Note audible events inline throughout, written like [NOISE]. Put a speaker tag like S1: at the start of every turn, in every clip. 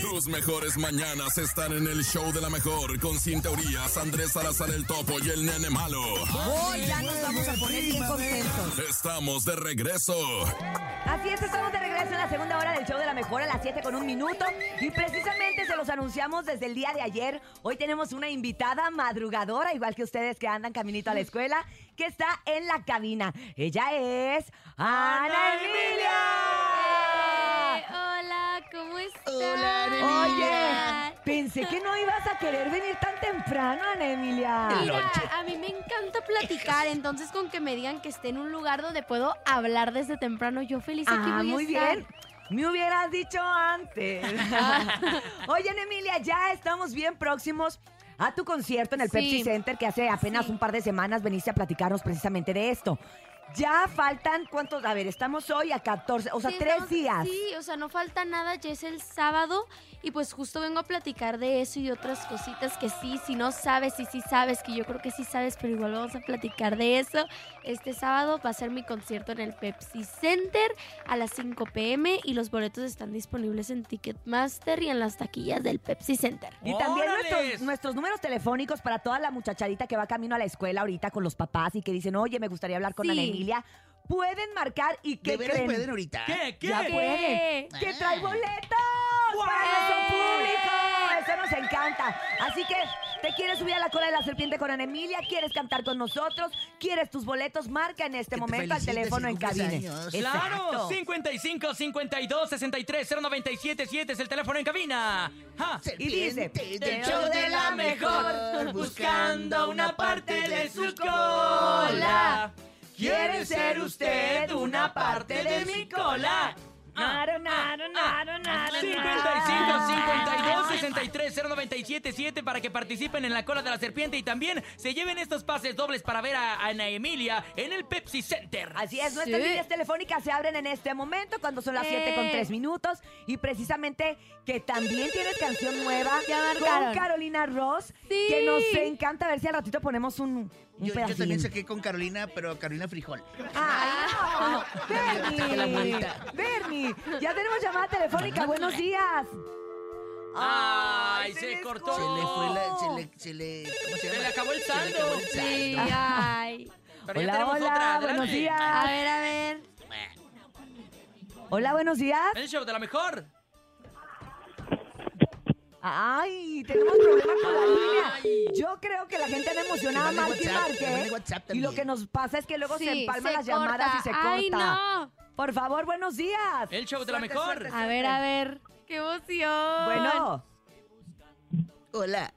S1: Tus mejores mañanas están en el show de la mejor con Cinta Urias, Andrés Salazar el Topo y el Nene Malo.
S2: Hoy ya nos vamos a poner bien contentos.
S1: Estamos de regreso.
S3: Así es, estamos de regreso en la segunda hora del show de la mejor a las 7 con un minuto. Y precisamente se los anunciamos desde el día de ayer. Hoy tenemos una invitada madrugadora, igual que ustedes que andan caminito a la escuela, que está en la cabina. Ella es Ana Emilia.
S4: Eh, Hola, ¿cómo estás?
S5: Hola,
S3: Oye, pensé que no ibas a querer venir tan temprano, Ana Emilia.
S4: Mira, a mí me encanta platicar, entonces con que me digan que esté en un lugar donde puedo hablar desde temprano, yo feliz aquí
S3: Ah,
S4: voy a
S3: muy
S4: estar.
S3: bien. Me hubieras dicho antes.
S4: [LAUGHS]
S3: Oye, Ana Emilia, ya estamos bien próximos a tu concierto en el
S4: Sí.
S3: Pepsi Center que hace apenas
S4: Sí.
S3: un par de semanas veniste a platicarnos precisamente de esto. Ya faltan cuántos, a ver, estamos hoy a 14, o sea,
S4: Sí,
S3: tres
S4: estamos-
S3: días.
S4: Sí, o sea, no falta nada, ya es el sábado y pues justo vengo a platicar de eso y otras cositas que sí, si no sabes y sí sabes, que yo creo que sí sabes, pero igual vamos a platicar de eso. Este sábado va a ser mi concierto en el Pepsi Center a las 5 pm y los boletos están disponibles en Ticketmaster y en las taquillas del Pepsi Center.
S3: Y también
S5: ¡Órales!
S3: nuestros, nuestros números telefónicos para toda la muchachadita que va camino a la escuela ahorita con los papás y que dicen, oye, me gustaría hablar con
S4: Sí.
S3: Ana Emilia. Pueden marcar y que
S5: ¿Qué veras
S3: creen?
S5: pueden ahorita?
S6: ¿Qué? ¿Qué?
S3: Ya
S4: ¿Qué?
S3: pueden.
S5: Ah.
S3: ¡Que trae boletos! ¡Para nuestro público! Eso nos encanta. Así que, ¿te quieres subir a la cola de la serpiente con Ana Emilia? ¿Quieres cantar con nosotros? ¿Quieres tus boletos? Marca en este
S5: Que te
S3: momento al
S5: felicites
S3: teléfono
S5: si
S3: en
S5: cumples
S3: cabina.
S5: años.
S6: Claro,
S3: Exacto.
S6: 55 52 63 097 7 es el teléfono en cabina. Ja.
S3: Y dice,
S5: Serpientes
S6: del show de la mejor, buscando una parte de su cola. ¿Quiere ser usted una parte de mi cola? Ah,
S3: Naro, naro, naro, naro,
S6: 55 52
S3: naro.
S6: 63 097 7 para que participen en la cola de la serpiente y también se lleven estos pases dobles para ver a Ana Emilia en el Pepsi Center.
S3: Así es, nuestras
S4: Sí.
S3: líneas telefónicas se abren en este momento cuando son las 7 con
S4: Eh.
S3: 3 minutos y precisamente que también tienes canción nueva
S4: Ya
S3: con
S4: marcaron.
S3: Carolina Ross
S4: Sí.
S3: que nos encanta. A ver si al ratito ponemos un, un
S5: Yo, yo
S3: pedacín.
S5: también saqué con Carolina, pero Carolina Frijol.
S3: Ay, no.
S5: También está con la
S3: Ah, Bernie,
S5: abuelita.
S3: Bernie, ya tenemos llamada telefónica. Buenos días.
S6: Ay, se
S3: les
S6: cortó.
S5: Se le fue la. Se le. Se le, ¿cómo se
S6: ¡Oh! Se
S5: llama?
S6: le acabó el
S5: Se le
S6: saldo.
S5: acabó el
S4: Sí,
S5: saldo.
S4: ay.
S6: Pero ya
S3: hola,
S6: tenemos
S3: hola,
S6: otra,
S3: buenos
S6: adelante.
S3: días.
S4: [LAUGHS] A ver, a ver.
S3: Hola, buenos días.
S6: El show de la mejor.
S3: Ay, tenemos problemas con la
S6: Ay.
S3: línea. Yo creo que la gente anda emocionada,
S5: Que mande
S3: Marque y
S5: WhatsApp, que
S3: Marque.
S5: mande WhatsApp
S3: Y lo
S5: también.
S3: que nos pasa es que luego se
S4: Sí,
S3: empalman
S4: se
S3: las llamadas y se corta.
S4: Ay, no.
S3: Por favor, buenos días.
S6: El show de la
S3: Suerte,
S6: mejor.
S3: suerte,
S4: A
S3: suerte.
S4: ver, a ver. ¡Qué emoción!
S3: Bueno,
S5: Hola.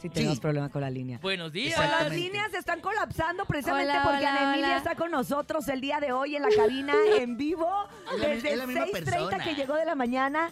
S3: sí tenemos problemas con la línea.
S6: Buenos días.
S5: Exacto.
S3: Las
S5: Exactamente.
S3: líneas se están colapsando precisamente
S4: Hola,
S3: porque
S4: hola,
S3: Ana Emilia
S4: hola.
S3: está con nosotros el día de hoy en la
S4: [LAUGHS]
S3: cabina en vivo
S5: Es la mi-
S3: desde
S5: es la misma
S3: 6.30
S5: persona.
S3: que llegó de la mañana.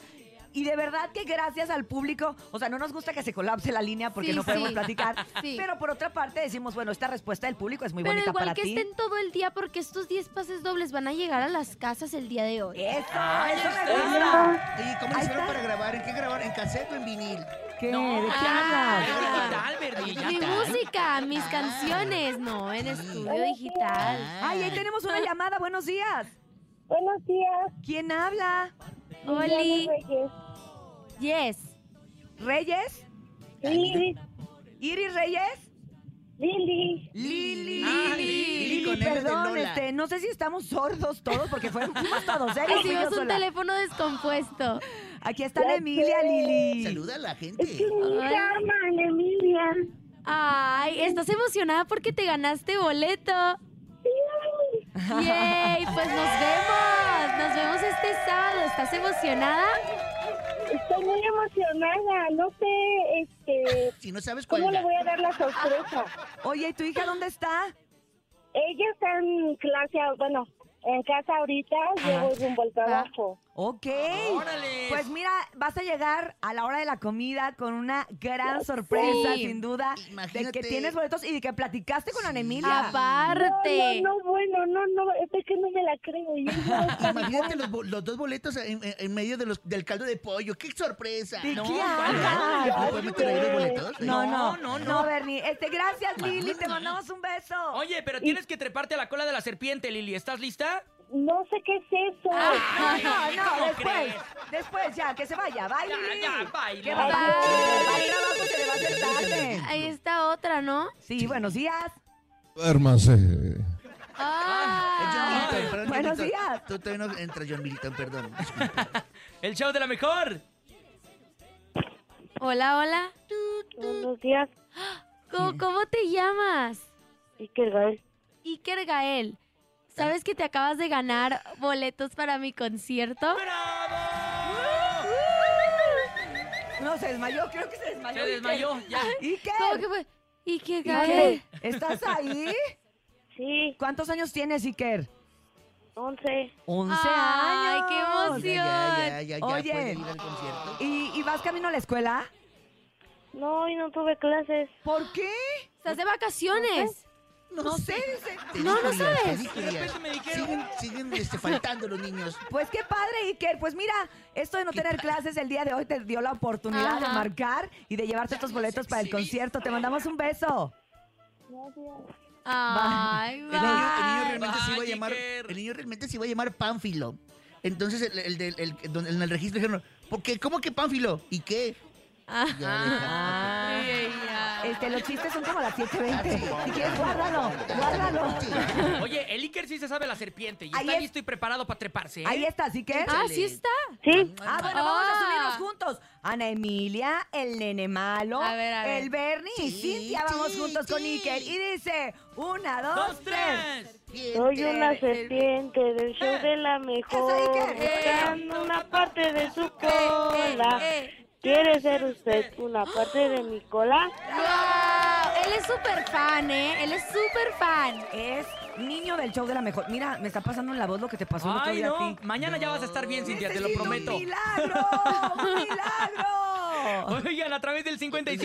S3: Y de verdad que gracias al público, o sea, no nos gusta que se colapse la línea porque
S4: Sí,
S3: no podemos
S4: sí.
S3: platicar,
S4: [LAUGHS] Sí.
S3: pero por otra parte decimos, bueno, esta respuesta del público es muy
S4: Pero
S3: bonita
S4: igual
S3: para
S4: que
S3: ti.
S4: estén todo el día porque estos 10 pases dobles van a llegar a las casas el día de hoy.
S3: Eso,
S6: Ahí
S3: eso me
S6: está.
S3: gusta.
S5: Oye, ¿cómo
S3: Ahí
S5: le hicieron
S3: está.
S5: para grabar? ¿En qué grabar? ¿En cassette o en vinil?
S3: ¿Qué?
S6: No,
S3: ¿De qué
S6: ah,
S3: hablas?
S6: digital, Bernie, ya
S4: Mi
S6: está.
S4: música, mis canciones, no, en estudio digital.
S5: Ah.
S3: Ay, ahí tenemos una llamada, buenos días.
S7: Buenos días,
S3: ¿Quién habla?
S4: Oli,
S7: Diana Reyes.
S4: yes.
S3: ¿Reyes?
S7: Lili,
S3: ¿Iris Reyes?
S7: Lili,
S3: Lili,
S6: Ah,
S3: Lili,
S6: Lili,
S5: con L de
S3: perdón,
S5: Lola.
S3: este, no sé si estamos sordos todos porque fueron fuimos hasta docenas. fui yo
S4: Recibimos un
S3: sola.
S4: teléfono descompuesto.
S3: Aquí está la
S7: Ya
S3: Emilia,
S7: sé.
S6: este-
S3: Lili.
S5: Saluda a la gente.
S7: es que mi
S4: Ay.
S7: hija ama a la Emilia.
S4: Ay, estás emocionada porque te ganaste boleto.
S7: Sí,
S4: Yay,
S3: [LAUGHS]
S4: pues nos vemos. Nos vemos este sábado. ¿Estás emocionada?
S7: estoy muy emocionada, no sé este,
S5: Si no sabes cuál
S7: cómo le
S5: es.
S7: voy a dar la sorpresa.
S3: Oye, ¿y tu hija dónde está?
S7: Ella está en clase, bueno, en casa ahorita, yo voy rumbo al trabajo.
S4: Ah.
S3: Ok.
S6: Órale.
S3: Pues mira, vas a llegar a la hora de la comida con una gran sorpresa,
S4: Sí.
S3: sin duda, de que
S5: Imagínate.
S3: tienes boletos y de que platicaste con Ana
S4: Ah,
S3: Emilia.
S4: Aparte.
S7: No, no, no, bueno, no, no, es que no me la creo. Yo
S5: [LAUGHS] Imagínate los, bo- los dos boletos en, en- en medio de los, del caldo de pollo. ¡Qué sorpresa!
S3: ¿De
S5: No,
S3: qué
S5: ¿cuál?
S3: hablas?
S5: ¿No puedes meter ahí los boletos? Eh,
S3: No, no,
S6: No,
S3: no,
S6: no, no.
S3: Bernie. Este, gracias, Lili, te mandamos un beso.
S6: Oye, pero tienes que treparte a la cola de la serpiente, Lili. ¿Estás lista?
S7: No sé qué es eso.
S4: Ah.
S6: Ay,
S3: No, no,
S6: ¿cómo
S3: después.
S6: crees?
S3: Después ya, que se vaya. Baile.
S6: Ya, ya, baile.
S3: Que vaya.
S4: Bye.
S3: Va al trabajo, se le va a hacer
S4: [LAUGHS]
S3: tarde.
S4: Ahí está otra, ¿no?
S3: Sí, buenos días.
S8: Duérmase.
S4: Ah.
S5: John Milton, perdón,
S3: Buenos
S5: John Milton.
S3: días.
S5: Tú todavía no entras, John Milton, perdón.
S6: El show de la mejor.
S4: Hola, hola.
S7: Buenos días,
S4: ¿Cómo, cómo te llamas?
S7: Iker Gael.
S4: Iker Gael. ¿Sabes que te acabas de ganar boletos para mi concierto?
S3: No, se desmayó. Creo que se
S6: Se
S3: desmayó.
S6: desmayó. Ya.
S3: ¿Y qué?
S4: ¿Cómo que fue? Iker
S3: Iker,
S4: Gael.
S3: ¿estás ahí?
S7: Sí,
S3: ¿Cuántos años tienes, Iker?
S7: 11.
S3: 11
S4: Ay, qué
S3: años.
S4: emoción.
S5: Ya, ya, ya, ya,
S3: Oye.
S5: ¿puedo ir al concierto?
S3: ¿Y, ¿Y vas camino a la escuela?
S7: No, hoy no tuve clases.
S3: ¿Por qué?
S4: ¿Estás de vacaciones?
S3: No, sé. dice.
S5: Feliz
S4: no
S5: Julián,
S4: sabes.
S5: feliz
S6: De
S5: Julián.
S6: repente me dijeron-
S5: Siguen, siguen este, faltando los niños.
S3: Pues qué padre, Iker. Pues mira, esto de no tener clases el día de hoy te dio la oportunidad de
S4: Ajá.
S3: marcar y de llevarte estos boletos para el concierto. Te mandamos un beso.
S4: Ay,
S5: El niño, el niño
S4: va.
S5: realmente se iba a
S6: Vaya,
S5: llamar.
S6: Iker.
S5: El niño realmente se iba a llamar Pánfilo. Entonces el, el del- el- donde- en el registro dijeron, ¿por qué? ¿Cómo que Pánfilo? ¿Y qué?
S3: Ah.
S5: Y ya dejaron.
S4: Ah,
S3: Este, los chistes son como las 7.20. Si quieres, guárdalo, guárdalo.
S6: Oye, el Iker sí se sabe la serpiente y
S3: Ahí
S6: está
S3: es-
S6: listo y preparado para treparse. ¿eh?
S3: Ahí está, así que.
S4: Ah, sí está.
S7: Sí,
S3: Ah, bueno, vamos a
S4: Ah.
S3: subirnos juntos. Ana Emilia, el nene malo,
S4: A ver, a ver.
S3: el Bernie y
S5: Sí,
S3: Cintia. Vamos
S5: sí,
S3: juntos con
S5: sí.
S3: Iker. Y dice: Una, dos,
S6: Dos,
S3: tres.
S6: tres.
S7: soy una serpiente del show de la
S3: Eso,
S7: mejor.
S3: Iker.
S7: Buscando una Eh, parte de su cola. ¿Quiere ser usted una parte de mi cola?
S4: Wow, él es súper fan, ¿eh? Él es súper fan.
S3: Es niño del show de la mejor. Mira, me está pasando en la voz lo que te pasó el otro
S6: Ay,
S3: día
S6: no.
S3: a ti.
S6: Mañana ya vas a estar bien, Cintia, te lo
S3: Necesito
S6: prometo.
S3: ¡Un milagro! ¡Un milagro!
S6: [LAUGHS] Oigan, a través del
S5: mejor.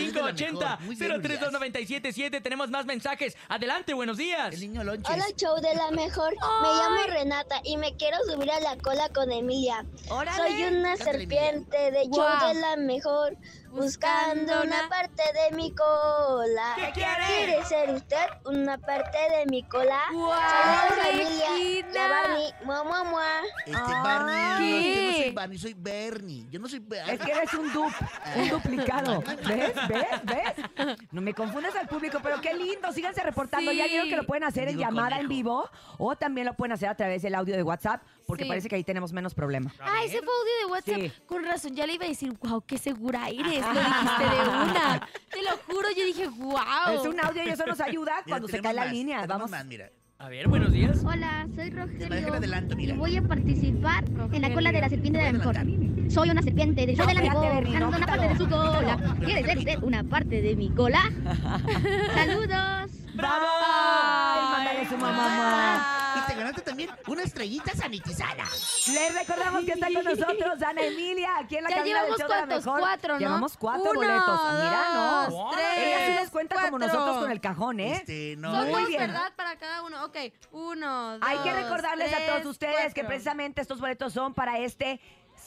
S5: Muy bien,
S6: 5580-032977 tenemos más mensajes. Adelante, buenos días.
S5: El niño lonches.
S9: Hola, show de la mejor. Me llamo Renata y me quiero subir a la cola con Emilia.
S3: ¡Órale!
S9: Soy una
S5: Cántale, Emilia.
S9: serpiente de show
S4: Guau.
S9: de la mejor, buscando una parte de mi cola.
S6: ¿Qué quiere?
S9: ¿Quiere ser usted una parte de mi cola?
S4: Guau,
S9: Saludos, Emilia.
S4: Regina.
S9: La Barney. Mua, mua, mua.
S5: Este Barney.
S4: ¿qué?
S5: No, yo no soy Barney, soy Bernie. Yo no soy
S3: Ah, Es que
S5: Bernie.
S3: eres un dup, un duplicado. ¿Ves? ¿Ves? ¿Ves? No me confundes al público, pero qué lindo. Síganse reportando. Ya
S4: Sí.
S3: vieron que lo pueden hacer en
S5: Digo,
S3: llamada en
S5: conejo.
S3: vivo o también lo pueden hacer a través del audio de WhatsApp, porque
S4: Sí.
S3: parece que ahí tenemos menos problema.
S4: Ah, ese fue audio de WhatsApp.
S3: Sí.
S4: Con razón, ya le iba a decir, wow, qué segura eres. Lo dijiste de una. Te lo juro, yo dije, wow.
S3: Es un audio y eso nos ayuda
S5: Mira,
S3: cuando se
S5: tenemos
S3: cae la
S5: más,
S3: línea.
S5: tenemos
S3: Vamos.
S5: más, mira.
S6: A ver, buenos días.
S10: Hola, soy
S5: Te manejan
S10: Rogelio
S5: adelanto,
S10: y
S5: mira.
S10: voy a participar en la cola de la serpiente de la mejor.
S5: Adelantar.
S10: Soy una serpiente de soy de la
S3: No, espérate,
S10: mejor.
S3: Bernie,
S10: Ando
S3: no,
S10: una
S3: quítalo,
S10: parte de su cola.
S5: quítalo.
S10: ¿Quiere ser usted una parte de mi cola?
S3: [LAUGHS]
S10: Saludos.
S6: ¡Bravo!
S3: Ay, mándale su mamá.
S5: Y te ganaste también una estrellita sanitizada.
S3: Les recordamos que está con nosotros Ana Emilia, aquí en la
S4: Ya
S3: cabina del
S4: llevamos
S3: show de la
S4: cuántos,
S3: mejor.
S4: cuatro, ¿no?
S3: Llevamos cuatro
S4: Uno,
S3: boletos. Mira, no.
S4: dos,
S3: Ella sí
S4: tres,
S3: nos cuenta como
S4: cuatro.
S3: nosotros con el cajón, ¿eh?
S5: Este, no.
S4: Son
S3: Muy
S4: dos,
S3: bien.
S4: ¿verdad? Para cada uno. Ok, uno, dos,
S3: Hay que recordarles a todos
S4: tres,
S3: ustedes que
S4: cuatro.
S3: precisamente estos boletos son para este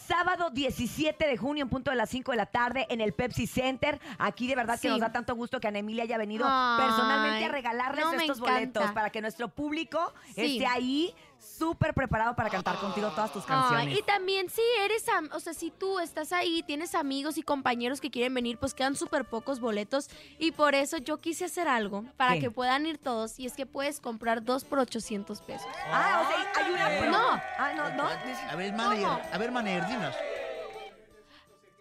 S3: sábado 17 de junio en punto de las 5 de la tarde en el Pepsi Center. Aquí de verdad que
S4: Sí.
S3: nos da tanto gusto que Ana Emilia haya venido
S4: Ay,
S3: personalmente a regalarles
S4: no, me
S3: estos
S4: encanta.
S3: boletos para que nuestro público
S4: Sí.
S3: esté ahí súper preparado para cantar contigo todas tus
S4: Ay,
S3: canciones.
S4: y también si eres, am- o sea, si tú estás ahí, tienes amigos y compañeros que quieren venir, pues quedan súper pocos boletos y por eso yo quise hacer algo para
S3: ¿Qué?
S4: que puedan ir todos y es que puedes comprar dos por 800 pesos.
S3: Ah, o sea, hay una promo.
S4: No.
S3: Ah, no, no.
S5: A ver, manager. A ver, manager, dinos.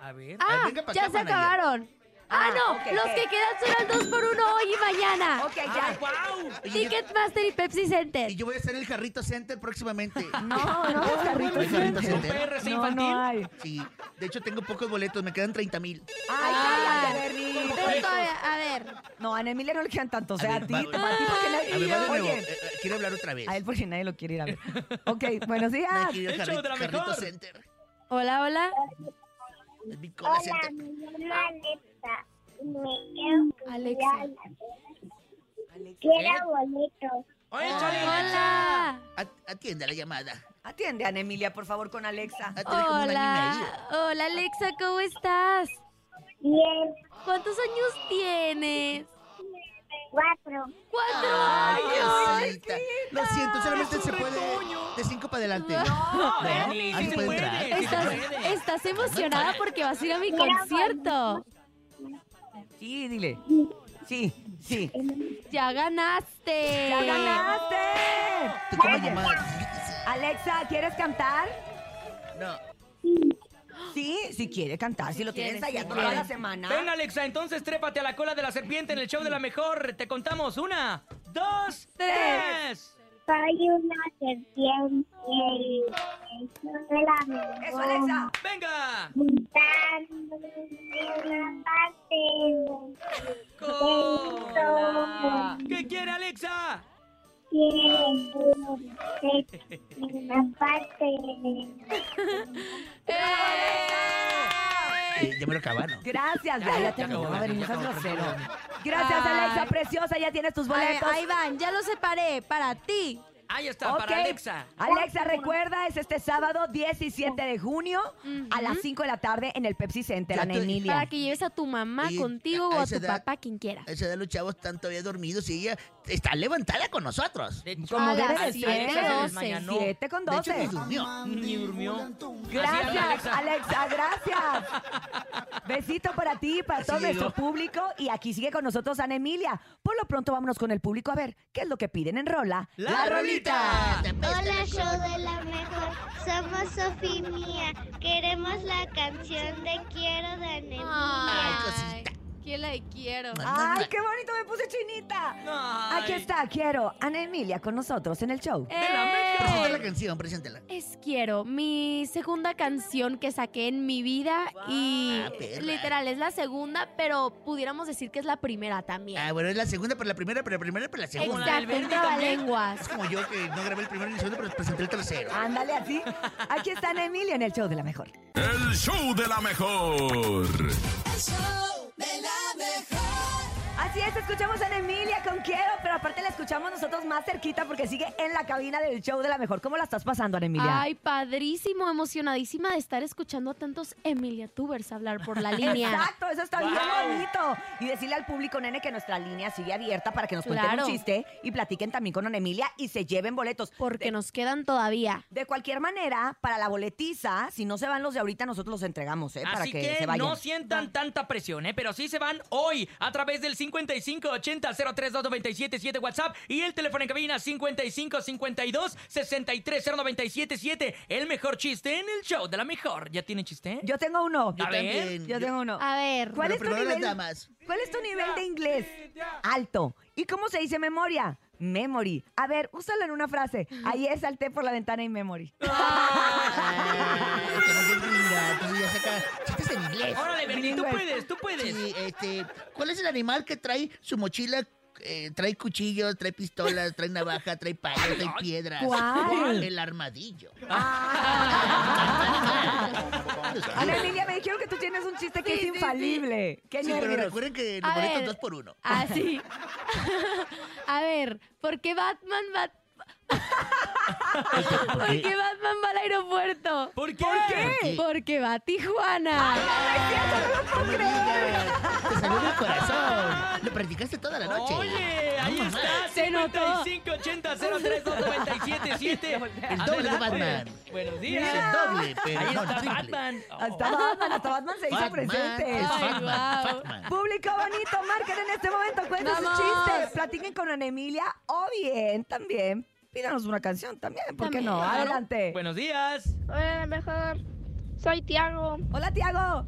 S6: A ver.
S5: Ay,
S4: Ah,
S5: venga pa'
S4: ya
S5: acá,
S4: se
S5: manager.
S4: acabaron. Ah,
S3: Ah,
S4: no,
S3: ok,
S4: los
S3: ok.
S4: que quedan son el 2 por 1 hoy y mañana.
S3: Ok,
S6: Ah,
S3: ya.
S6: wow!
S5: Oye, yo-
S4: Ticketmaster y Pepsi Center.
S5: Y yo voy a hacer el jarrito center próximamente.
S3: No, no, está rico.
S5: El jarrito
S6: ¿Un
S5: center.
S6: PRC
S3: No,
S6: infantil?
S3: no hay.
S5: Sí. De hecho, tengo pocos boletos. Me quedan 30 mil.
S3: Ay,
S4: Ah.
S3: cállate, Bernie.
S4: Pero todavía- a ver,
S3: No, a Ana Emilia no le quedan tanto. O sea, a
S5: ver,
S3: ti,
S5: va-
S3: a ti porque nadie.
S5: A ver, va de nuevo.
S3: Oye,
S5: Eh, eh, quiero hablar otra vez.
S3: a él porque nadie lo quiere ir a
S5: [LAUGHS]
S3: ver. Ok, ah, buenos días.
S5: Me quiero
S6: El
S5: ir al
S6: show de
S5: jarrito,
S6: la
S5: jarrito
S6: mejor.
S5: center.
S4: hola, hola.
S5: El Big Cola Center.
S7: mi mamá Alexa. Me
S4: Alexa.
S7: Quiero boletos.
S6: Oye, Chole,
S4: Hola.
S5: At- Atienda la llamada.
S3: Atiende a Ana Emilia, por favor, con Atiende.
S5: Ah, tiene como un año y medio.
S4: Hola. Hola, Alexa, ¿cómo estás?
S7: Bien.
S4: ¿Cuántos años tienes?
S9: Cuatro.
S4: ¡Cuatro
S5: Ay,
S4: años!
S5: Rosita. Lo siento, solamente
S6: Es un
S5: se puede
S6: retoño.
S5: de cinco para adelante.
S6: No, Bernie,
S5: ahí
S6: sí se
S5: puede
S6: puede.
S5: entrar.
S6: sí se
S4: Estás,
S6: puede.
S4: estás emocionada porque vas a ir a mi
S9: Mira,
S4: concierto.
S3: Sí, dile. Sí, sí.
S4: Ya ganaste.
S3: ¡Ya ganaste!
S5: Te como
S3: Oye,
S5: mamá.
S3: Alexa, ¿quieres cantar?
S5: No.
S3: Sí, si quiere cantar, si lo tiene
S4: quiere,
S3: ensayado
S4: sí.
S3: toda la semana.
S6: Venga, Alexa, entonces trépate a la cola de la serpiente en el show de la mejor. Te contamos. Una, dos, tres.
S9: Soy una serpiente. Soy la mejor.
S3: Eso, Alexa.
S6: Venga.
S9: Montando en una parte
S6: Cola. ¿Qué quiere Alexa?
S9: de una parte.
S5: Eh, ya me lo acabaron.
S3: Gracias,
S6: Ya,
S3: ya, ya
S6: ya
S3: terminó.
S6: acabó,
S3: A ver, no
S6: ya
S3: seas
S6: acabó,
S3: grosero.
S6: ya acabó.
S3: Gracias, Alexa,
S4: Ay.
S3: preciosa. Ya tienes tus
S4: A ver,
S3: boletos.
S4: ahí van, ya los separé para ti.
S6: Ahí está, para
S3: Ok.
S6: Alexa.
S3: Alexa, recuerda, es este sábado 17 de junio a las 5 de la tarde en el Pepsi Center,
S5: Ya
S3: Ana
S5: estoy-
S3: Emilia.
S4: Para que lleves a tu mamá
S5: Oye,
S4: contigo
S5: a- a
S4: o a
S5: esa
S4: tu
S5: edad-
S4: papá, quien quiera.
S5: A esa edad los chavos están todavía dormidos y ella está levantada con nosotros.
S6: De hecho,
S3: Como
S4: A
S3: debe
S4: las
S3: de
S4: siete,
S3: ser. ¿eh?
S4: doce.
S6: desmañanó.
S3: 7 con
S5: De hecho, ni
S3: 12.
S5: durmió.
S6: Ni durmió. Así habla
S3: Gracias,
S6: Alexa.
S3: Alexa, gracias. Besito para ti, para todo
S5: llegó.
S3: nuestro público. Y aquí sigue con nosotros Ana Emilia. Por lo pronto, vámonos con el público a ver qué es lo que piden en Rola.
S6: La, rolita.
S9: Hola, show de la mejor. Somos Sofía y Mía. Queremos la canción de Quiero de Anemia.
S5: Ay, cosita.
S4: ¿Quién la quiero?
S3: ¡Ay, qué bonito! Me puse chinita.
S6: Ay.
S3: Aquí está, quiero Ana Emilia con nosotros en el show.
S4: Eh.
S5: Presenta la canción, preséntela.
S4: Es Quiero, mi segunda canción que saqué en mi vida y
S5: Ah, perra.
S4: literal es la segunda, pero pudiéramos decir que es la primera también.
S5: Ah, bueno, es la segunda para la primera, para la primera para la segunda.
S6: la del
S4: Exacto, un
S6: Verdi también.
S5: Es [LAUGHS]
S4: trabalenguas.
S5: como yo que no grabé el primero ni el segundo, pero presenté el tercero.
S3: Ándale así. Aquí está Ana Emilia en el show de la mejor.
S1: El show de la mejor.
S3: Así es, escuchamos a Ana Emilia con Quiero, pero aparte la escuchamos nosotros más cerquita porque sigue en la cabina del show de la mejor. ¿Cómo la estás pasando, Ana Emilia?
S4: Ay, padrísimo, emocionadísima de estar escuchando a tantos Emilia Tubers hablar por la línea.
S3: Exacto, eso está
S6: Wow.
S3: bien bonito. Y decirle al público, nene, que nuestra línea sigue abierta para que nos cuenten
S4: Claro.
S3: un chiste y platiquen también con Ana Emilia y se lleven boletos.
S4: Porque
S3: de,
S4: nos quedan todavía.
S3: de cualquier manera, para la boletiza, si no se van los de ahorita, nosotros los entregamos, ¿eh? para
S6: Así
S3: que,
S6: que,
S3: se vayan.
S6: Ah, no sientan tanta presión, ¿eh? pero sí se van hoy a través del 5580-032977 WhatsApp y el teléfono en cabina 5552-630977. El mejor chiste en el show de la mejor. ¿Ya tiene chiste?
S3: Yo tengo uno.
S6: A ver.
S3: Yo tengo uno.
S4: A ver,
S3: ¿Cuál es
S5: Pero
S3: tu
S5: primero las
S3: nivel?
S5: damas.
S3: ¿Cuál es tu nivel de inglés? Alto. ¿Y cómo se dice memoria? Memory. A ver, úsalo en una frase. Ayer salté por la ventana en
S4: [LAUGHS]
S3: memory.
S5: Ah, que no es gringa, entonces ya saca chistes en inglés.
S6: Órale, Bernie, tú
S3: Bilingüe.
S6: puedes, tú puedes.
S5: Sí, este, ¿cuál es el animal que trae su mochila? eh, trae cuchillos, trae pistolas, trae navaja, trae palos, trae piedras.
S3: ¿Cuál? [LAUGHS]
S5: El armadillo.
S3: Ana Emilia, me dijeron que tú tienes un chiste que
S4: Sí,
S3: es
S4: sí,
S3: infalible. Qué
S5: Sí, pero
S3: nervios.
S5: recuerden que los
S4: A
S5: boletos
S4: ver.
S5: dos por uno.
S4: así. [LAUGHS] a ver, ¿por qué Batman va... [LAUGHS] ¿Por qué Batman va al aeropuerto?
S6: [LAUGHS] ¿Por qué?
S5: qué?
S4: Porque va a Tijuana.
S5: Te salió del corazón. Lo practicaste toda la noche.
S6: Oye, ahí
S5: Vamos,
S6: está,
S4: Se notó.
S6: 5580-032977.
S5: El doble de
S6: Adelante.
S5: Batman.
S6: Buenos
S5: Es
S6: días.
S5: el doble, pero
S6: Ahí
S5: no el
S6: está
S5: triple.
S6: Batman. Oh.
S3: Hasta Batman, hasta Batman se hizo
S5: Batman
S3: presente.
S5: es
S4: Ay,
S5: Batman,
S4: guau.
S5: Batman.
S3: Público bonito, marquen en este momento, cuenten su
S4: Vamos.
S3: chiste, platiquen con Ana Emilia o bien también pídanos una canción también, ¿por
S4: También,
S3: qué no?
S4: claro.
S3: Adelante.
S6: Buenos días.
S9: Hola, mejor. Soy Tiago.
S3: Hola, Tiago.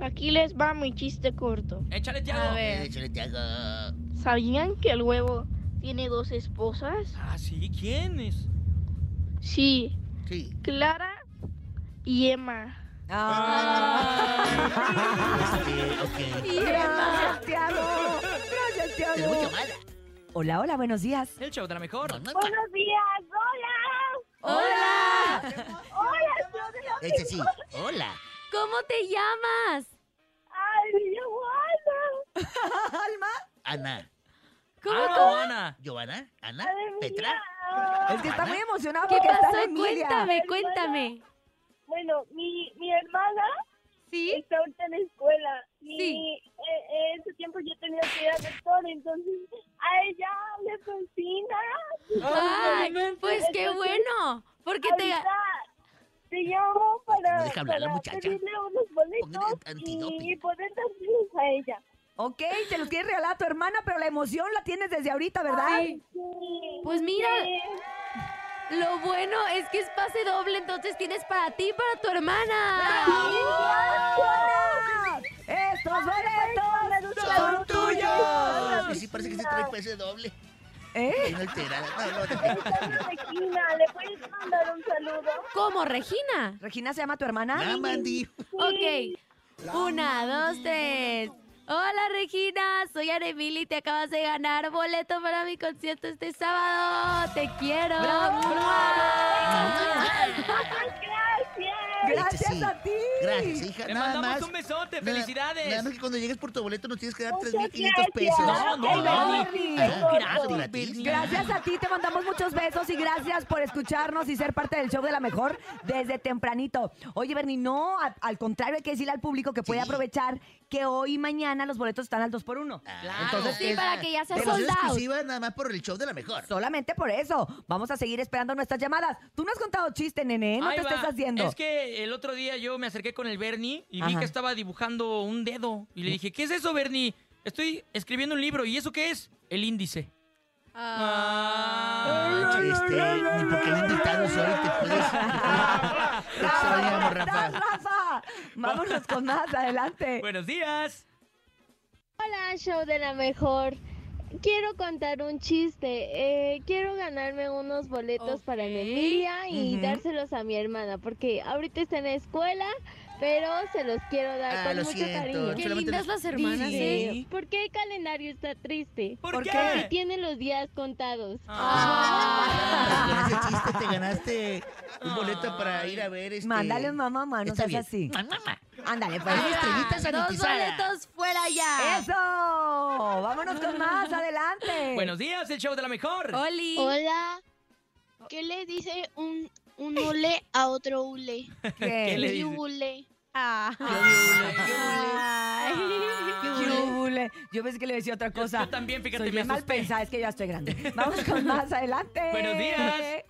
S9: Aquí les va mi chiste corto.
S6: Échale,
S4: A
S6: Tiago.
S4: ver.
S5: Échale, Tiago.
S9: ¿Sabían que el huevo tiene dos esposas?
S6: Ah, sí, ¿quién es?
S9: Sí,
S5: Sí.
S9: Clara y Emma.
S3: Ah.
S5: Este, ok.
S3: Gracias, Tiago. Gracias,
S5: Tenemos
S3: Tiago.
S5: llamada.
S3: Hola, hola, buenos días.
S6: El show de la mejor.
S9: Buenos días, hola.
S4: ¡Hola!
S9: Hola, yo de la
S5: Ese sí. Hola.
S4: ¿Cómo te llamas?
S9: Ay, Giovanna.
S3: Alma.
S5: Ana.
S4: ¿Cómo,
S6: Ah,
S4: cómo?
S6: Ana.
S5: Giovanna. Ana. Petra.
S3: Es que está muy emocionada
S4: ¿Qué
S3: porque
S4: pasó?
S3: está en Emilia.
S4: Cuéntame, cuéntame.
S9: Bueno, mi, mi hermana
S4: ¿Sí?
S9: está ahorita en la escuela. Mi,
S4: Sí.
S9: eh, eh, ese tiempo yo tenía que ir al doctor, entonces
S11: A ella le fascina.
S4: Ay, pues qué bueno. Porque te...
S11: Ahorita Te llamo para,
S5: deja hablar la
S11: para
S5: muchacha.
S11: pedirle unos boletos y, y poder dárselos a ella.
S3: Ok, se los quieres regalar a tu hermana, pero la emoción la tienes desde ahorita, ¿verdad?
S11: Ay, sí,
S4: Pues mira,
S11: sí.
S4: lo bueno es que es pase doble, entonces tienes para ti y para tu hermana.
S3: ¡Estos boletos son tuyos!
S5: Sí, sí, parece que se trae pese doble.
S3: ¿Eh?
S5: Ay, no alterada. No, no, te-
S11: Regina, ¿le puedes mandar un saludo?
S4: ¿Cómo, Regina?
S3: ¿Regina se llama tu hermana?
S5: La Mandy.
S4: Ok. Una, dos, tres. Hola Regina, soy Aremili y te acabas de ganar boleto para mi concierto este sábado. Te quiero.
S11: Gracias.
S3: ¡Gracias
S5: Este sí.
S3: a ti!
S5: Gracias, hija.
S6: Te
S5: nada
S6: mandamos
S5: más.
S6: un besote,
S5: nada- Nada
S6: felicidades.
S5: más que cuando llegues por tu boleto nos tienes que dar
S11: Muchas
S5: 3.500 pesos.
S11: gracias.
S6: No, no,
S5: Ay, Ah,
S6: no,
S5: ay,
S3: Bernie.
S5: ay,
S3: Es
S5: gratis,
S6: gratis,
S5: gratis.
S3: Gracias a ti, te mandamos muchos besos y gracias por escucharnos y ser parte del show de la mejor desde tempranito. Oye, Bernie, no, a- al contrario, hay que decirle al público que puede
S5: Sí.
S3: aprovechar que hoy y mañana los boletos están al 2x1.
S5: Ah, Entonces,
S4: Sí,
S5: es-
S4: para que ya sea
S5: promoción
S4: sold out.
S5: exclusiva nada más por el show de la mejor.
S3: Solamente por eso. Vamos a seguir esperando nuestras llamadas. Tú no has contado chiste, nene, ¿eh? no
S6: Ahí
S3: te
S6: va.
S3: estés haciendo.
S6: Es que el otro día yo me acerqué con el Bernie y vi
S3: Ajá.
S6: que estaba dibujando un dedo. Y le dije, ¿qué es eso, Bernie? Estoy escribiendo un libro. ¿Y eso qué es? El índice.
S5: Ah, chiste, ni porque le invitaron solo te [LAUGHS] puedes. Te extrañamos,
S3: ¡Estás,
S5: Rafa.
S3: Rafa! Vámonos con más, adelante.
S6: Buenos días.
S12: Hola, show de la mejor. Quiero contar un chiste. Eh, quiero ganarme unos boletos
S4: Ok.
S12: para mi Emilia y
S3: Ujú.
S12: dárselos a mi hermana, porque ahorita está en la escuela, pero se los quiero dar
S5: Ah,
S12: con
S5: lo
S12: mucho
S5: siento.
S12: cariño.
S4: Qué
S5: Solamente
S4: lindas las hermanas,
S12: Dice,
S4: ¿eh?
S6: Sí.
S12: ¿por qué el calendario está triste?
S6: ¿Por,
S3: ¿Por
S6: qué?
S12: Porque tiene los días contados.
S5: Con [LAUGHS]
S4: Ah.
S5: ese chiste te ganaste un boleto para ir a ver este.
S3: Mándale un mamá, mamá, no
S5: Está
S3: seas
S5: bien.
S3: así.
S5: Mamá.
S3: Ándale, pues.
S5: Hay estrellitas
S4: Dos
S5: sanitizadas.
S4: boletos fuera ya.
S3: ¡Eso! Vámonos con más, adelante.
S6: Buenos días, el show de la mejor.
S4: Oli.
S13: Hola. ¿Qué le dice un, un hule a otro hule?
S6: ¿Qué le
S13: Y
S6: dice?
S13: hule.
S4: Ah.
S3: Ay, qué hule. Yo pensé que le decía otra cosa.
S6: Yo también, fíjate,
S3: Soy
S6: me
S3: bien mal
S6: asusté.
S3: pensada, es que ya estoy grande. Vamos con más, adelante.
S6: [LAUGHS] Buenos días.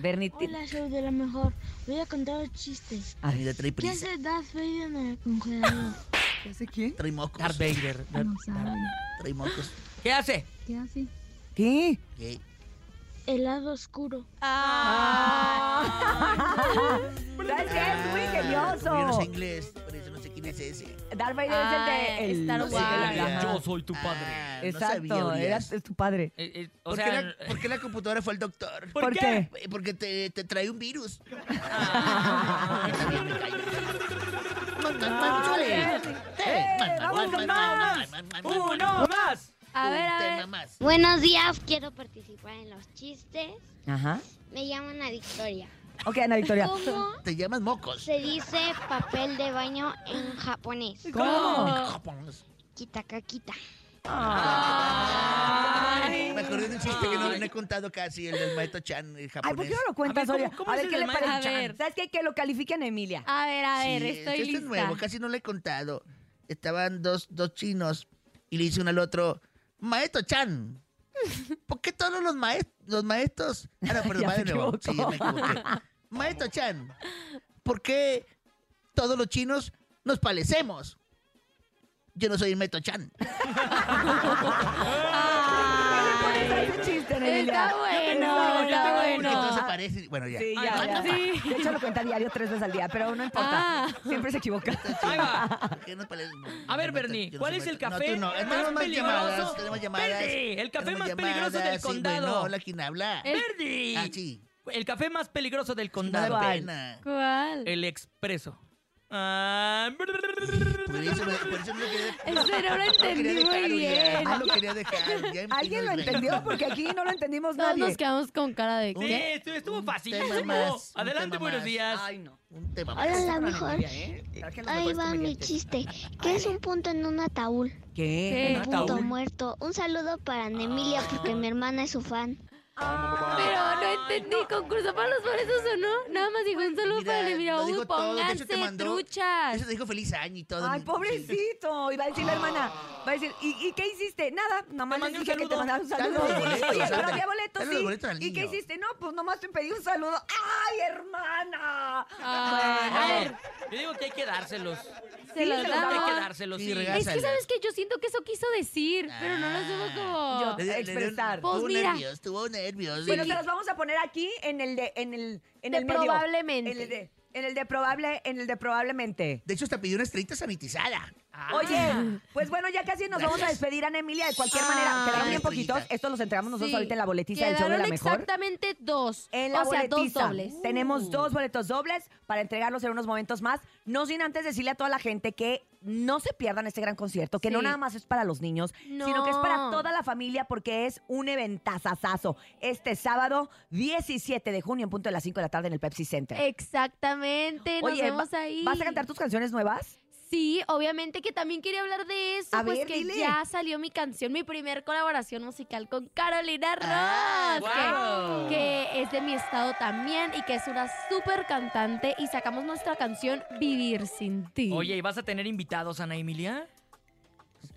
S3: Bernie, ti-
S13: Hola, show de la mejor. Voy a contar chistes.
S5: Ay, de Ah, trae
S13: ¿Qué
S5: prisa,
S13: hace Darth Vader en el congelador?
S3: ¿qué hace quién?
S5: trae mocos.
S6: Darth Vader.
S13: No sabe.
S5: Trae mocos.
S6: ¿Qué hace?
S13: ¿Qué hace?
S3: ¿Qué?
S5: Gay.
S13: El lado oscuro.
S5: Ah.
S4: Ah.
S3: ¿Sabes qué? Es muy
S5: Ah, Yo no sé
S3: ingenioso.
S5: inglés, por eso no sé quién es ese.
S3: Darth Vader es el de
S4: Ay, Ah, Star
S3: el-
S5: Ah, No sé quién
S4: Wars.
S5: era.
S3: Ajá.
S6: Yo soy tu padre.
S5: Ah, no sabía,
S3: Exacto,
S5: Urias.
S3: eras- es tu padre.
S6: Eh, eh, o
S5: ¿Por,
S6: sea,
S5: qué la, por qué la computadora fue al doctor?
S3: ¿Por qué?
S5: Eh, Porque te, te trae un virus.
S3: vamos con más.
S6: ¡Uno más!
S4: A ver, a ver.
S9: Buenos días, quiero participar en los chistes.
S3: Ajá.
S9: Me llamo Ana Victoria.
S3: Ok, Ana Victoria.
S9: ¿Cómo
S5: Te llamas mocos.
S9: se dice papel de baño en japonés?
S4: Oh.
S3: ¿Cómo?
S9: Kita kakita.
S5: Me acordé de un chiste que no, no he contado casi, el del maestro Chan,
S4: pues
S5: el
S3: Ay, ¿por
S5: japonés.
S3: qué no lo cuentas,
S6: A ver,
S3: Oria?
S6: ¿cómo- cómo
S3: A
S6: es
S3: ver,
S6: el
S3: ¿qué
S6: de
S3: le
S6: Michael
S3: parece?
S4: Chan?
S3: ¿Sabes qué? Que lo califiquen a Emilia.
S4: A ver, a ver,
S5: Sí,
S4: estoy
S5: este
S4: lista.
S5: es nuevo, casi no le he contado. Estaban dos, dos chinos y le dice uno al otro,
S6: [LAUGHS]
S5: Maestro Chan, ¿por qué todos los, maes- los maestros... Ah, no,
S6: [LAUGHS]
S5: perdón,
S3: Ya
S5: va de
S3: me
S5: nuevo.
S3: equivoco.
S5: Sí, me equivoqué. Maestro Chan, ¿por qué todos los chinos nos palecemos? Yo no soy el Maestro Chan.
S3: ¿Qué le pones a ese chiste, Emilia?
S4: Está bueno,
S6: uno, yo
S4: está
S6: tengo uno.
S4: bueno.
S5: Entonces parece... Bueno, ya.
S3: Sí,
S6: Ay,
S3: ya,
S6: no,
S3: ya. De hecho, lo cuenta diario tres veces al día, pero no importa.
S4: Ah.
S3: Siempre se equivoca. [LAUGHS]
S6: Ahí va.
S5: ¿Por qué nos palecemos?
S6: A ver,
S5: No,
S6: Bernie,
S5: yo no
S6: ¿cuál
S5: soy
S6: es el
S5: maestro-
S6: café
S5: No, tú no.
S6: más
S5: Tenemos más
S6: peligroso?
S5: llamadas, tenemos llamadas.
S6: Bernie, el café
S5: tenemos
S6: más peligroso del
S5: llamadas, sí, güey,
S6: condado.
S5: no, hola, ¿quién habla?
S6: ¡Verdi!
S5: Ah, sí.
S6: El café más peligroso del
S5: No da
S6: condado.
S3: ¿Cuál?
S5: pena. Eh,
S4: ¿Cuál?
S6: El expreso. Ah,
S5: Por eso, me- por eso no lo quería, [LAUGHS] no
S4: Ese no lo
S5: quería
S4: entendí
S5: dejar,
S4: muy
S5: Uriah,
S4: bien.
S5: No lo quería dejar. ya me
S3: ¿Alguien lo
S5: imagino el rey.
S3: entendió? Porque aquí no lo entendimos
S4: Todos
S3: nadie.
S4: nos quedamos con cara de
S5: Un-
S6: sí,
S4: qué.
S6: estuvo, estuvo
S5: Un
S6: fácil.
S5: tema más, un
S6: Adelante,
S5: tema
S6: buenos
S5: más.
S6: días.
S3: Ay, no.
S5: [LAUGHS] Un tema más.
S13: Hola, la
S3: Con
S13: mejor.
S3: Emilia, ¿eh? Traje los
S13: Ahí
S3: mejores
S13: va mi
S3: comediantes.
S13: chiste. [LAUGHS] ¿Qué es un punto en un ataúd?
S3: ¿Qué?
S4: ¿Qué?
S13: Ah. Un punto muerto. Un saludo para Ana Emilia porque mi hermana es su fan.
S4: Pero no entendí, concurso para los boletos o no. Nada más dijo un saludo para el
S5: lo dijo
S4: Emiraú,
S5: todo. De
S4: pónganse
S5: hecho, te mandó-
S4: truchas.
S5: Eso te dijo feliz año y todo.
S3: Ay, pobrecito. Y va a decir la hermana, va a decir, ¿y, y qué hiciste? Nada, nomás les
S5: mandé un
S3: dije que te
S5: saludo.
S3: mandara un
S5: Dale
S3: saludo.
S5: los boletos,
S3: Oye, pero
S5: ándale.
S3: había boletos,
S5: Dale los
S3: sí.
S5: boletos al
S3: ¿Y qué
S5: niño.
S3: hiciste? No, pues nomás te pedí un saludo. ¡Ay, hermana!
S6: A ver, yo digo que hay que dárselos.
S4: Se los
S6: hay
S4: damos.
S6: que dárselos, sí.
S4: Es que sabes que yo siento que eso quiso decir, pero no lo
S5: Ah.
S4: supo como
S3: Yo- expresar.
S4: Pues
S5: Tuvo
S4: mira,
S5: nervios, tuvo nervios.
S3: Bueno,
S5: Sí.
S3: te los vamos a poner aquí en el de, en el, en
S4: De
S3: el medio.
S4: probablemente.
S3: En el de, en el de probable, en el de probablemente.
S5: De hecho, hasta pidió una estrellita sanitizada.
S3: Oye, pues bueno, ya casi nos vamos a
S5: Ah. Gracias.
S3: despedir, Ana Emilia. De cualquier
S4: Ah.
S3: manera, quedaron bien
S5: Estrellita.
S3: poquitos. Estos los entregamos nosotros
S4: Sí.
S3: ahorita en la boletiza del show de
S4: Quedaron
S3: la mejor.
S4: exactamente dos.
S3: En la
S4: o sea, dos
S3: boletiza.
S4: dobles.
S3: Tenemos dos boletos dobles para entregarlos en unos momentos más. No sin antes decirle a toda la gente que no se pierdan este gran concierto, que no
S4: Sí.
S3: nada más es para los niños, sino que es para
S4: No.
S3: toda la familia porque es un eventazazazo. Este sábado 17 de junio en punto de las 5 de la tarde en el Pepsi Center.
S4: Exactamente, Eh, nos
S3: Oye,
S4: vemos
S3: va-
S4: ahí.
S3: ¿vas a cantar tus canciones nuevas?
S4: Sí, obviamente que también quería hablar de eso,
S3: A
S4: pues
S3: ver,
S4: que
S3: dile.
S4: ya salió mi canción, mi primer colaboración musical con Carolina Ross,
S6: Ah,
S4: que,
S6: guau.
S4: que es de mi estado también y que es una súper cantante y sacamos nuestra canción Vivir sin ti.
S6: Oye, ¿y vas a tener invitados, Ana Emilia?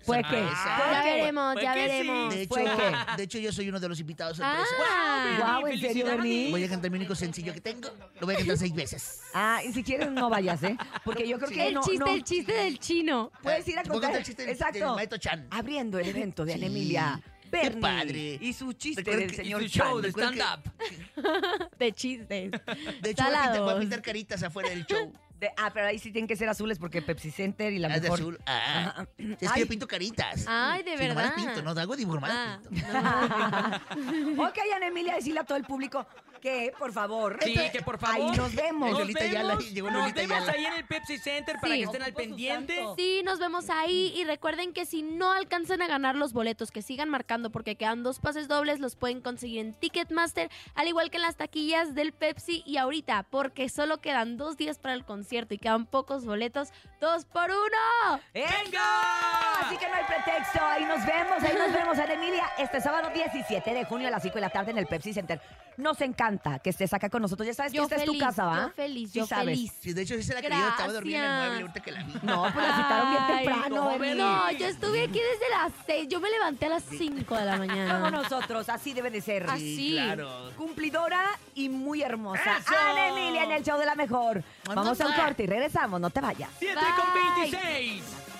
S3: Fue que.
S5: Sorpresa.
S3: fue
S4: ya
S3: que-
S4: veremos,
S6: Pues
S4: ya
S6: que sí.
S4: veremos.
S5: De hecho,
S3: Fue que-
S5: de hecho, yo soy uno de los invitados sorpresa.
S4: Ah,
S3: Guau, ¿en serio, Bernie?
S5: Voy a cantar mi único sencillo que tengo. Lo voy a cantar seis veces.
S3: Ah, y si quieres no vayas, ¿eh? Porque yo creo que
S4: el
S3: no,
S4: chiste,
S3: no-
S4: el chiste del chino.
S3: Puedes ir a
S5: Voy a
S3: contar.
S5: contar el chiste del-
S3: Exacto.
S5: del Maestro Chan.
S3: Abriendo el evento de Ana
S5: Sí.
S3: Emilia. Bernie
S5: padre.
S3: Y su chiste
S5: Recuerda
S3: del
S5: que- y
S3: señor
S6: su show
S3: Chan.
S6: de
S5: Recuerda que-
S6: stand-up.
S4: De chistes.
S5: De hecho, voy a pintar,
S4: Salados.
S5: voy a pintar caritas afuera del show.
S3: De- ah, pero ahí sí tienen que ser azules porque Pepsi Center y la
S5: Ah, de
S3: mejor.
S5: azul. Ah. Es que
S3: Ay.
S5: yo pinto caritas.
S4: Ay, de
S5: Sí, nomás las
S4: verdad.
S5: pinto, no hago dibujo, nomás las
S4: Ah,
S5: pinto.
S3: [LAUGHS] ok, Ana Emilia, decirle a todo el público que, por favor.
S6: Sí, que por favor.
S3: Ahí nos vemos.
S6: Nos
S5: Lolita
S6: vemos,
S5: Ayala, llegó
S6: nos
S5: Lolita
S6: vemos
S5: Ayala.
S6: ahí en el Pepsi Center para
S4: Sí.
S6: que estén al pendiente.
S4: Sí, nos vemos ahí y recuerden que si no alcanzan a ganar los boletos, que sigan marcando porque quedan dos pases dobles, los pueden conseguir en Ticketmaster, al igual que en las taquillas del Pepsi y ahorita, porque solo quedan dos días para el concierto y quedan pocos boletos, dos por uno.
S3: ¡Venga! Así que no hay pretexto. Ahí nos vemos, ahí nos vemos, Ana Emilia, este sábado 17 de junio a las 5 de la tarde en el Pepsi Center. Nos encanta que estés acá con nosotros. Ya sabes que esta es tu casa, ¿va?
S4: yo feliz,
S3: Sí
S4: yo
S3: sabes.
S4: feliz.
S5: Sí, de hecho, sí se la quería. Estaba dormida en el
S4: Gracias.
S5: mueble ahorita que la vi.
S3: No, pues la citaron bien
S4: Ay,
S3: temprano,
S6: ¿cómo
S3: Bernie.
S4: No, yo estuve aquí desde las seis, yo me levanté a las cinco de la
S3: Como
S4: mañana.
S3: nosotros, así debe de ser.
S4: Así. sí.
S5: Claro.
S3: Cumplidora y muy hermosa.
S6: ¡Eso!
S3: Ana Emilia en el show de la mejor. Vamos a un corte y regresamos, no te vayas.
S6: ¡Siete
S4: Bye.
S6: con 26!